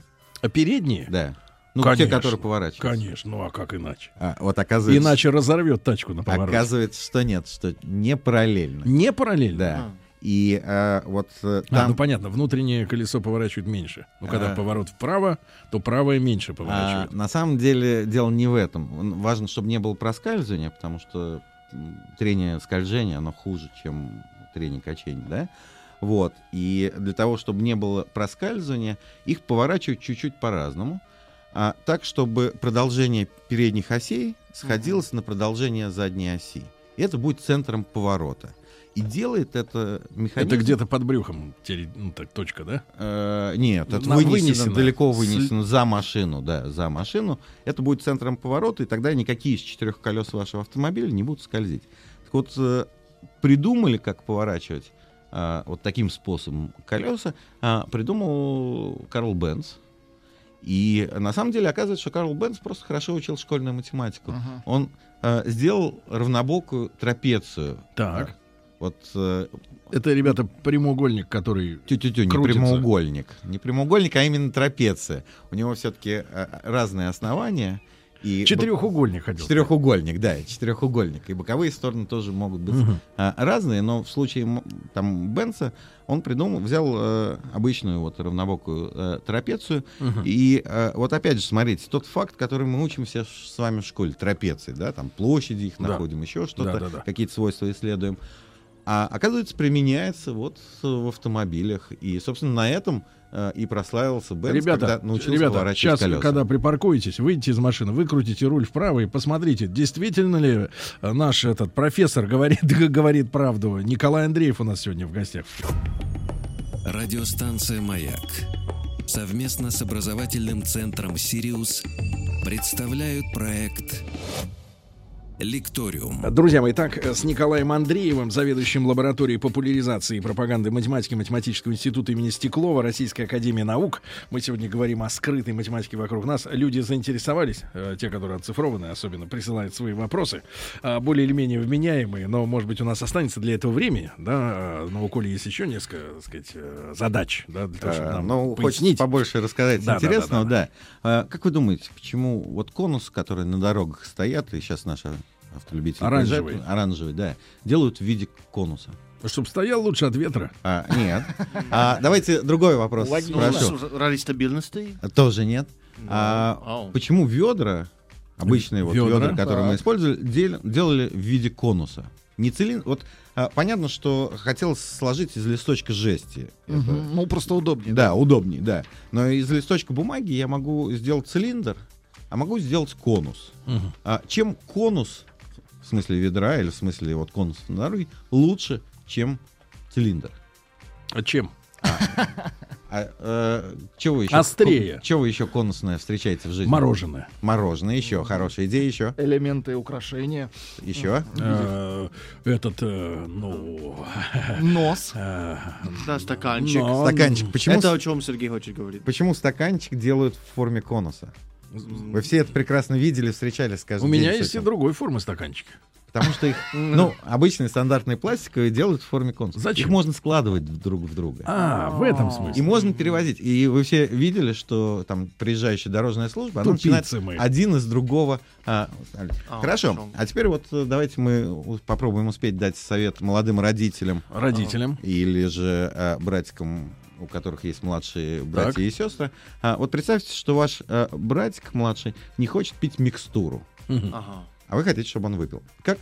Speaker 2: А передние?
Speaker 3: Да. Ну, те,
Speaker 2: Конечно.
Speaker 3: которые поворачиваются.
Speaker 2: Конечно, ну а как иначе?
Speaker 3: А, вот оказывается,
Speaker 2: Иначе разорвет тачку на повороте.
Speaker 3: оказывается, что нет, что не параллельно.
Speaker 2: Не параллельно?
Speaker 3: Да. И э, вот э,
Speaker 2: А,
Speaker 3: там...
Speaker 2: ну понятно, внутреннее колесо поворачивает меньше. Ну, когда
Speaker 3: А.
Speaker 2: поворот вправо, то правое меньше
Speaker 3: А,
Speaker 2: поворачивает.
Speaker 3: на самом деле дело не в этом. Он- Важно, чтобы не было проскальзывания, потому что м, трение скольжения, оно хуже, чем трение качения, да? Вот. И для того, чтобы не было проскальзывания, их поворачивают чуть-чуть по-разному. А, так, чтобы продолжение передних осей сходилось на продолжение задней оси. И это будет центром поворота. И делает это механизм...
Speaker 2: Это где-то под брюхом, тере- ну, так, точка, да?
Speaker 3: Э, нет, это
Speaker 2: На-
Speaker 3: вынесено,
Speaker 2: вынесено.
Speaker 3: далеко вынесено за машину, да, за машину. Это будет центром поворота, и тогда никакие из четырех колес вашего автомобиля не будут скользить. Так вот, э, придумали, как поворачивать э, вот таким способом колеса, а, придумал Карл Бенц. И э, на самом деле оказывается, что Карл Бенц просто хорошо учил школьную математику.
Speaker 4: Ага.
Speaker 3: Он э, сделал равнобокую трапецию.
Speaker 2: Так.
Speaker 3: Вот э,
Speaker 2: Это, ребята, прямоугольник, который...
Speaker 3: Тю-тю-тю, не
Speaker 2: крутится.
Speaker 3: прямоугольник. Не прямоугольник, а именно трапеция. У него все-таки разные э, основания. И
Speaker 2: Четырехугольник ходил.
Speaker 3: Четырехугольник, да, четырехугольник. И боковые стороны тоже могут быть
Speaker 2: Мгм.
Speaker 3: а, разные, но в случае м, там Бенса он придумал, взял э, обычную вот равнобокую э, трапецию. И э, вот опять же, смотрите, тот факт, который мы учимся ш- с вами в школе, трапеции, да, там площади их
Speaker 2: Да.
Speaker 3: находим, еще что-то,
Speaker 2: Да-да-да.
Speaker 3: какие-то свойства исследуем. А оказывается, применяется вот э, в автомобилях. И, собственно, на этом э, и прославился Бенц,
Speaker 2: Ребята,
Speaker 3: когда научился
Speaker 2: ребята,
Speaker 3: поворачивать
Speaker 2: сейчас,
Speaker 3: колеса.
Speaker 2: когда припаркуетесь, выйдите из машины, выкрутите руль вправо и посмотрите, действительно ли э, наш этот профессор говорит, говорит правду. Николай Андреев у нас сегодня в гостях.
Speaker 1: Радиостанция «Маяк» совместно с образовательным центром «Сириус» представляют проект «Лекториум».
Speaker 2: Друзья мои, так, э, с Николаем Андреевым, заведующим лабораторией популяризации и пропаганды математики Математического института имени Стеклова Российской Академии Наук, мы сегодня говорим о скрытой математике вокруг нас. Люди заинтересовались, э, те, которые оцифрованы, особенно присылают свои вопросы, э, более или менее вменяемые, но, может быть, у нас останется для этого времени, да, э, но у Коли есть еще несколько, так сказать, э, задач, да, для того, чтобы
Speaker 3: А,
Speaker 2: нам
Speaker 3: Ну, хочется
Speaker 2: пояснить.
Speaker 3: побольше рассказать
Speaker 2: Да, да, да,
Speaker 3: интересного, да. А, Как вы думаете, почему вот конус, который на дорогах стоят, и сейчас наши автолюбители
Speaker 2: Оранжевый.
Speaker 3: приезжают, оранжевый, да, делают в виде конуса?
Speaker 2: Чтобы стоял лучше от ветра.
Speaker 3: А, нет. А, давайте другой вопрос
Speaker 5: Ну,
Speaker 3: спрошу.
Speaker 5: с- ради стабильности.
Speaker 3: А, Тоже нет.
Speaker 5: Ну,
Speaker 3: А,
Speaker 5: ау.
Speaker 3: Почему ведра, обычные вот
Speaker 2: Ведра,
Speaker 3: ведра, которые мы
Speaker 4: так.
Speaker 3: использовали, дел- делали в виде конуса? Не цилиндр. Вот а, понятно, что хотелось сложить из листочка жести. Это-
Speaker 4: Мгм. Ну, просто удобнее.
Speaker 3: Да, удобнее, да. Но из листочка бумаги я могу сделать цилиндр, а могу сделать конус. А чем конус, в смысле ведра или в смысле вот конус на дороге, лучше, чем цилиндр?
Speaker 2: А чем?
Speaker 3: А, э, чего еще?
Speaker 2: Острее.
Speaker 3: Ко- Чего еще конусное встречается в жизни?
Speaker 2: Мороженое.
Speaker 3: Мороженое еще, хорошая идея еще,
Speaker 4: Элементы украшения.
Speaker 3: еще.
Speaker 2: Э, Этот, э, ну,
Speaker 4: Нос.
Speaker 2: э,
Speaker 5: Да, стаканчик.
Speaker 2: Но- Он-
Speaker 3: Стаканчик. Почему,
Speaker 5: Это
Speaker 3: с-
Speaker 5: о чем Сергей хочет говорить.
Speaker 3: а почему стаканчик делают в форме конуса? Вы все это прекрасно видели, встречались каждый
Speaker 2: У
Speaker 3: день
Speaker 2: меня
Speaker 3: с
Speaker 2: есть и
Speaker 3: этим.
Speaker 2: другой формы стаканчик.
Speaker 3: Потому что их, ну, обычные стандартные пластиковые делают в форме конуса.
Speaker 2: Зачем?
Speaker 3: Их можно складывать в- друг в друга.
Speaker 2: А, в этом
Speaker 3: И
Speaker 2: смысле.
Speaker 3: можно перевозить. И вы все видели, что там приезжающая дорожная служба, она
Speaker 2: Тупицы
Speaker 3: начинает
Speaker 2: мы.
Speaker 3: один из другого. а, ставить.
Speaker 5: А,
Speaker 3: хорошо.
Speaker 5: хорошо.
Speaker 3: А теперь вот э, давайте мы у- попробуем успеть дать совет молодым родителям
Speaker 2: Родителям.
Speaker 3: или же э, братикам, у которых есть младшие братья
Speaker 2: Так.
Speaker 3: и сестры. А, вот представьте, что ваш э, братик младший не хочет пить микстуру.
Speaker 2: Мгм.
Speaker 5: Ага.
Speaker 3: А вы хотите, чтобы он выпил. Как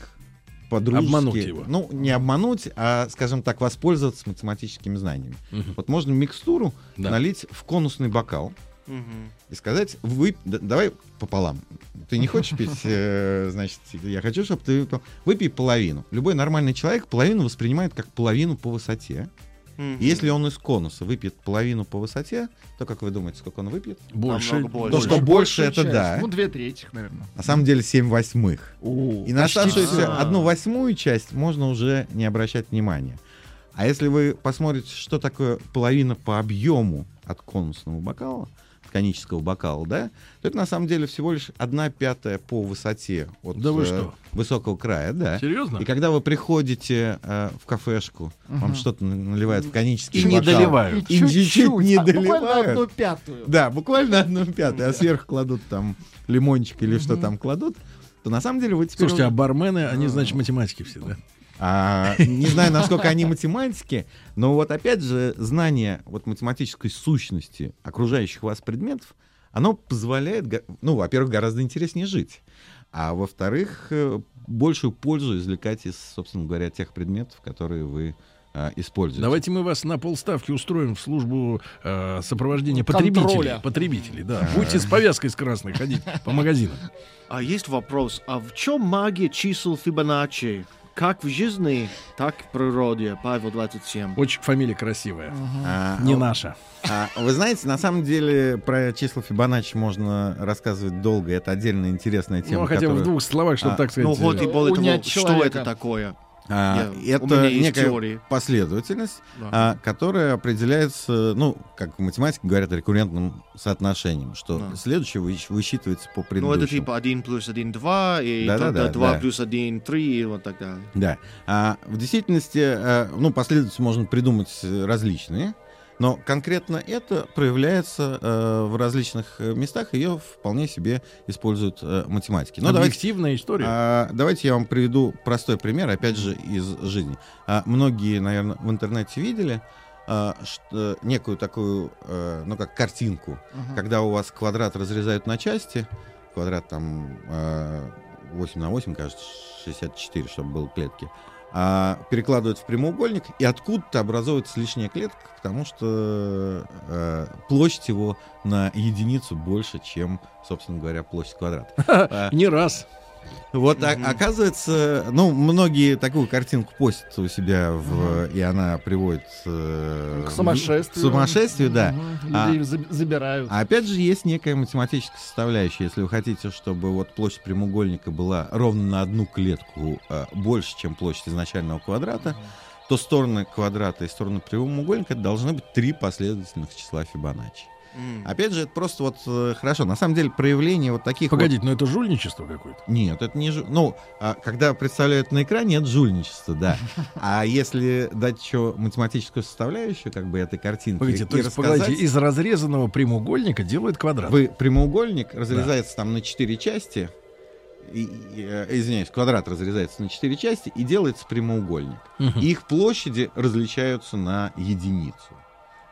Speaker 3: по-дружески...
Speaker 2: Обмануть его.
Speaker 3: Ну, не обмануть, а, скажем так, воспользоваться математическими знаниями.
Speaker 2: Мгм.
Speaker 3: Вот можно микстуру
Speaker 2: Да.
Speaker 3: налить в конусный бокал
Speaker 5: Мгм.
Speaker 3: и сказать, вы, д- давай пополам. Ты не хочешь пить, э, значит, я хочу, чтобы ты выпил. Выпей половину. Любой нормальный человек половину воспринимает как половину по высоте.
Speaker 5: Мгм.
Speaker 3: И Если он из конуса выпьет половину по высоте, то, как вы думаете, сколько он выпьет?
Speaker 2: Больше.
Speaker 5: Намного больше.
Speaker 3: То, что больше,
Speaker 4: Большая
Speaker 3: это
Speaker 4: часть.
Speaker 3: да.
Speaker 4: Ну, две трети, наверное.
Speaker 3: На самом деле 7 восьмых. И на А,
Speaker 4: Почти
Speaker 3: оставшуюся
Speaker 5: всё.
Speaker 3: одну восьмую часть можно уже не обращать внимания. А если вы посмотрите, что такое половина по объему от конусного бокала, от конического бокала, да, то это на самом деле всего лишь одна пятая по высоте от
Speaker 2: Да вы
Speaker 3: э,
Speaker 2: что?
Speaker 3: высокого края, да.
Speaker 2: Серьезно?
Speaker 3: И когда вы приходите э, в кафешку, вам
Speaker 4: Мгм.
Speaker 3: что-то на- наливают в конический
Speaker 2: И не
Speaker 3: бокал.
Speaker 2: доливают.
Speaker 3: И чуть-чуть не
Speaker 4: а, Буквально
Speaker 3: доливают.
Speaker 4: одну пятую.
Speaker 3: Да, буквально одну пятую, а сверху кладут там лимончик или что там кладут, то на самом деле вы теперь...
Speaker 2: Слушайте, а бармены, они, значит, математики все, да?
Speaker 3: А, не знаю, насколько они математики, но вот опять же знание вот математической сущности окружающих вас предметов, оно позволяет, го- ну, во-первых, гораздо интереснее жить, а во-вторых, э, большую пользу извлекать из, собственно говоря, тех предметов, которые вы э, используете.
Speaker 2: Давайте мы вас на полставки устроим в службу э, сопровождения
Speaker 4: Контроля.
Speaker 2: потребителей. Потребителей, да. Будете с повязкой с красной ходить по магазинам.
Speaker 5: А есть вопрос, а в чем магия чисел Фибоначчи? Как в жизни, так и в природе. Павел 27.
Speaker 2: Очень фамилия красивая.
Speaker 3: А,
Speaker 2: Не
Speaker 3: а,
Speaker 2: наша.
Speaker 3: а, вы знаете, на самом деле про числа Фибоначчи можно рассказывать долго, это отдельно интересная тема.
Speaker 2: Ну, хотя бы в
Speaker 3: которую-
Speaker 2: двух словах, чтобы
Speaker 3: А,
Speaker 2: так сказать.
Speaker 5: Ну
Speaker 2: э,
Speaker 5: вот и более того,
Speaker 4: Унять
Speaker 5: что
Speaker 4: человека.
Speaker 5: это такое? Ну,
Speaker 3: А,
Speaker 5: Я- у меня
Speaker 3: это
Speaker 5: есть
Speaker 3: некая
Speaker 5: теории.
Speaker 3: последовательность.
Speaker 5: Да.
Speaker 3: а, которая определяется, ну, как в математике говорят, рекуррентным соотношением, что
Speaker 5: Да.
Speaker 3: следующее выщ- высчитывается по
Speaker 5: Ну,
Speaker 3: предыдущему.
Speaker 5: это типа 1 плюс 1, 2, и
Speaker 3: Да-да-да,
Speaker 5: тогда 2
Speaker 3: да.
Speaker 5: плюс 1, 3, и вот так далее.
Speaker 3: Да. А в действительности, э, ну, последовательности можно придумать э, различные, Но конкретно это проявляется э, в различных э, местах, ее вполне себе используют э, математики. Но давайте
Speaker 2: Объективная история.
Speaker 3: а, давайте я вам приведу простой пример, опять же, из жизни. А, многие, наверное, в интернете видели а, что- некую такую, э, ну как картинку,
Speaker 4: Мгм.
Speaker 3: когда у вас квадрат разрезают на части, квадрат там э, 8 на 8, кажется, 64, чтобы было клетки, а, перекладывают в прямоугольник, и откуда-то образуется лишняя клетка, потому что э, площадь его на единицу больше, чем, собственно говоря, площадь квадрата. Э,
Speaker 2: Не раз.
Speaker 3: вот, а- оказывается, ну, многие такую картинку постят у себя, в, и она приводит... э,
Speaker 4: К сумасшествию.
Speaker 3: К сумасшествию, да.
Speaker 4: Мгм.
Speaker 3: А-
Speaker 4: Людей за- забирают.
Speaker 3: А опять же, есть некая математическая составляющая. Если вы хотите, чтобы вот площадь прямоугольника была ровно на одну клетку э, больше, чем площадь изначального квадрата, то стороны квадрата и стороны прямоугольника должны быть три последовательных числа Фибоначчи. Опять же, это просто вот э, хорошо. На самом деле, проявление вот таких... вот-
Speaker 2: Погодите, но это жульничество какое-то.
Speaker 3: Нет, это не жу... Ну, а, когда представляют на экране, это жульничество, да. А если дать еще математическую составляющую, как бы этой картинки,
Speaker 2: Погодите,
Speaker 3: и
Speaker 2: то есть,
Speaker 3: рассказать,
Speaker 2: погодите, из разрезанного прямоугольника делают квадрат.
Speaker 3: вы прямоугольник разрезается там на четыре части, и, и, э, извиняюсь, квадрат разрезается на четыре части и делается прямоугольник.
Speaker 2: Мгм.
Speaker 3: И их площади различаются на единицу.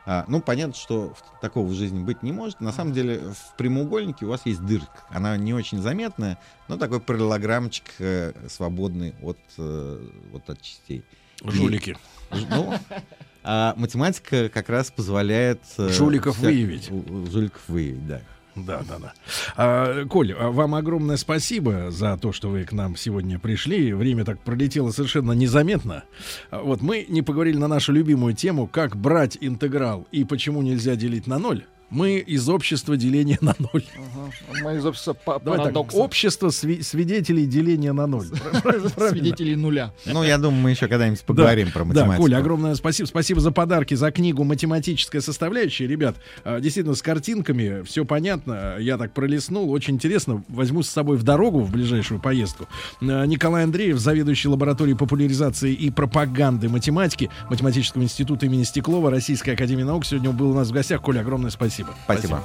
Speaker 3: А, ну, понятно, что в- такого в жизни быть не может. На самом деле, в прямоугольнике у вас есть дырка. Она не очень заметная, но такой параллограммчик, э, свободный от, э, вот от частей.
Speaker 2: Жулики.
Speaker 3: Ж- Ну, а математика как раз позволяет... э,
Speaker 2: Жуликов
Speaker 3: вся-
Speaker 2: выявить.
Speaker 3: у- у Жуликов выявить, да.
Speaker 2: Да, да, да. А, Коль, а вам огромное спасибо за то, что вы к нам сегодня пришли. Время так пролетело совершенно незаметно. А, Вот мы не поговорили на нашу любимую тему, как брать интеграл и почему нельзя делить на ноль. Мы из общества деления на ноль.
Speaker 4: Ага. Мы из общества па-
Speaker 2: Давай так,
Speaker 4: парадокса.
Speaker 2: общество сви- свидетелей деления на ноль.
Speaker 4: Свидетелей нуля.
Speaker 3: Ну, я думаю, мы еще когда-нибудь поговорим про математику.
Speaker 2: Да, Коля, огромное спасибо. Спасибо за подарки, за книгу «Математическая составляющая». Ребят, э, действительно, с картинками все понятно. Я так пролистнул. Очень интересно. Возьму с собой в дорогу, в ближайшую поездку. Э, Николай Андреев, заведующий лабораторией популяризации и пропаганды математики Математического института имени Стеклова Российской Академии Наук. Сегодня был у нас в гостях. Коля, огромное спасибо.
Speaker 3: Спасибо.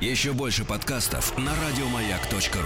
Speaker 1: Еще больше подкастов на радиомаяк.ру.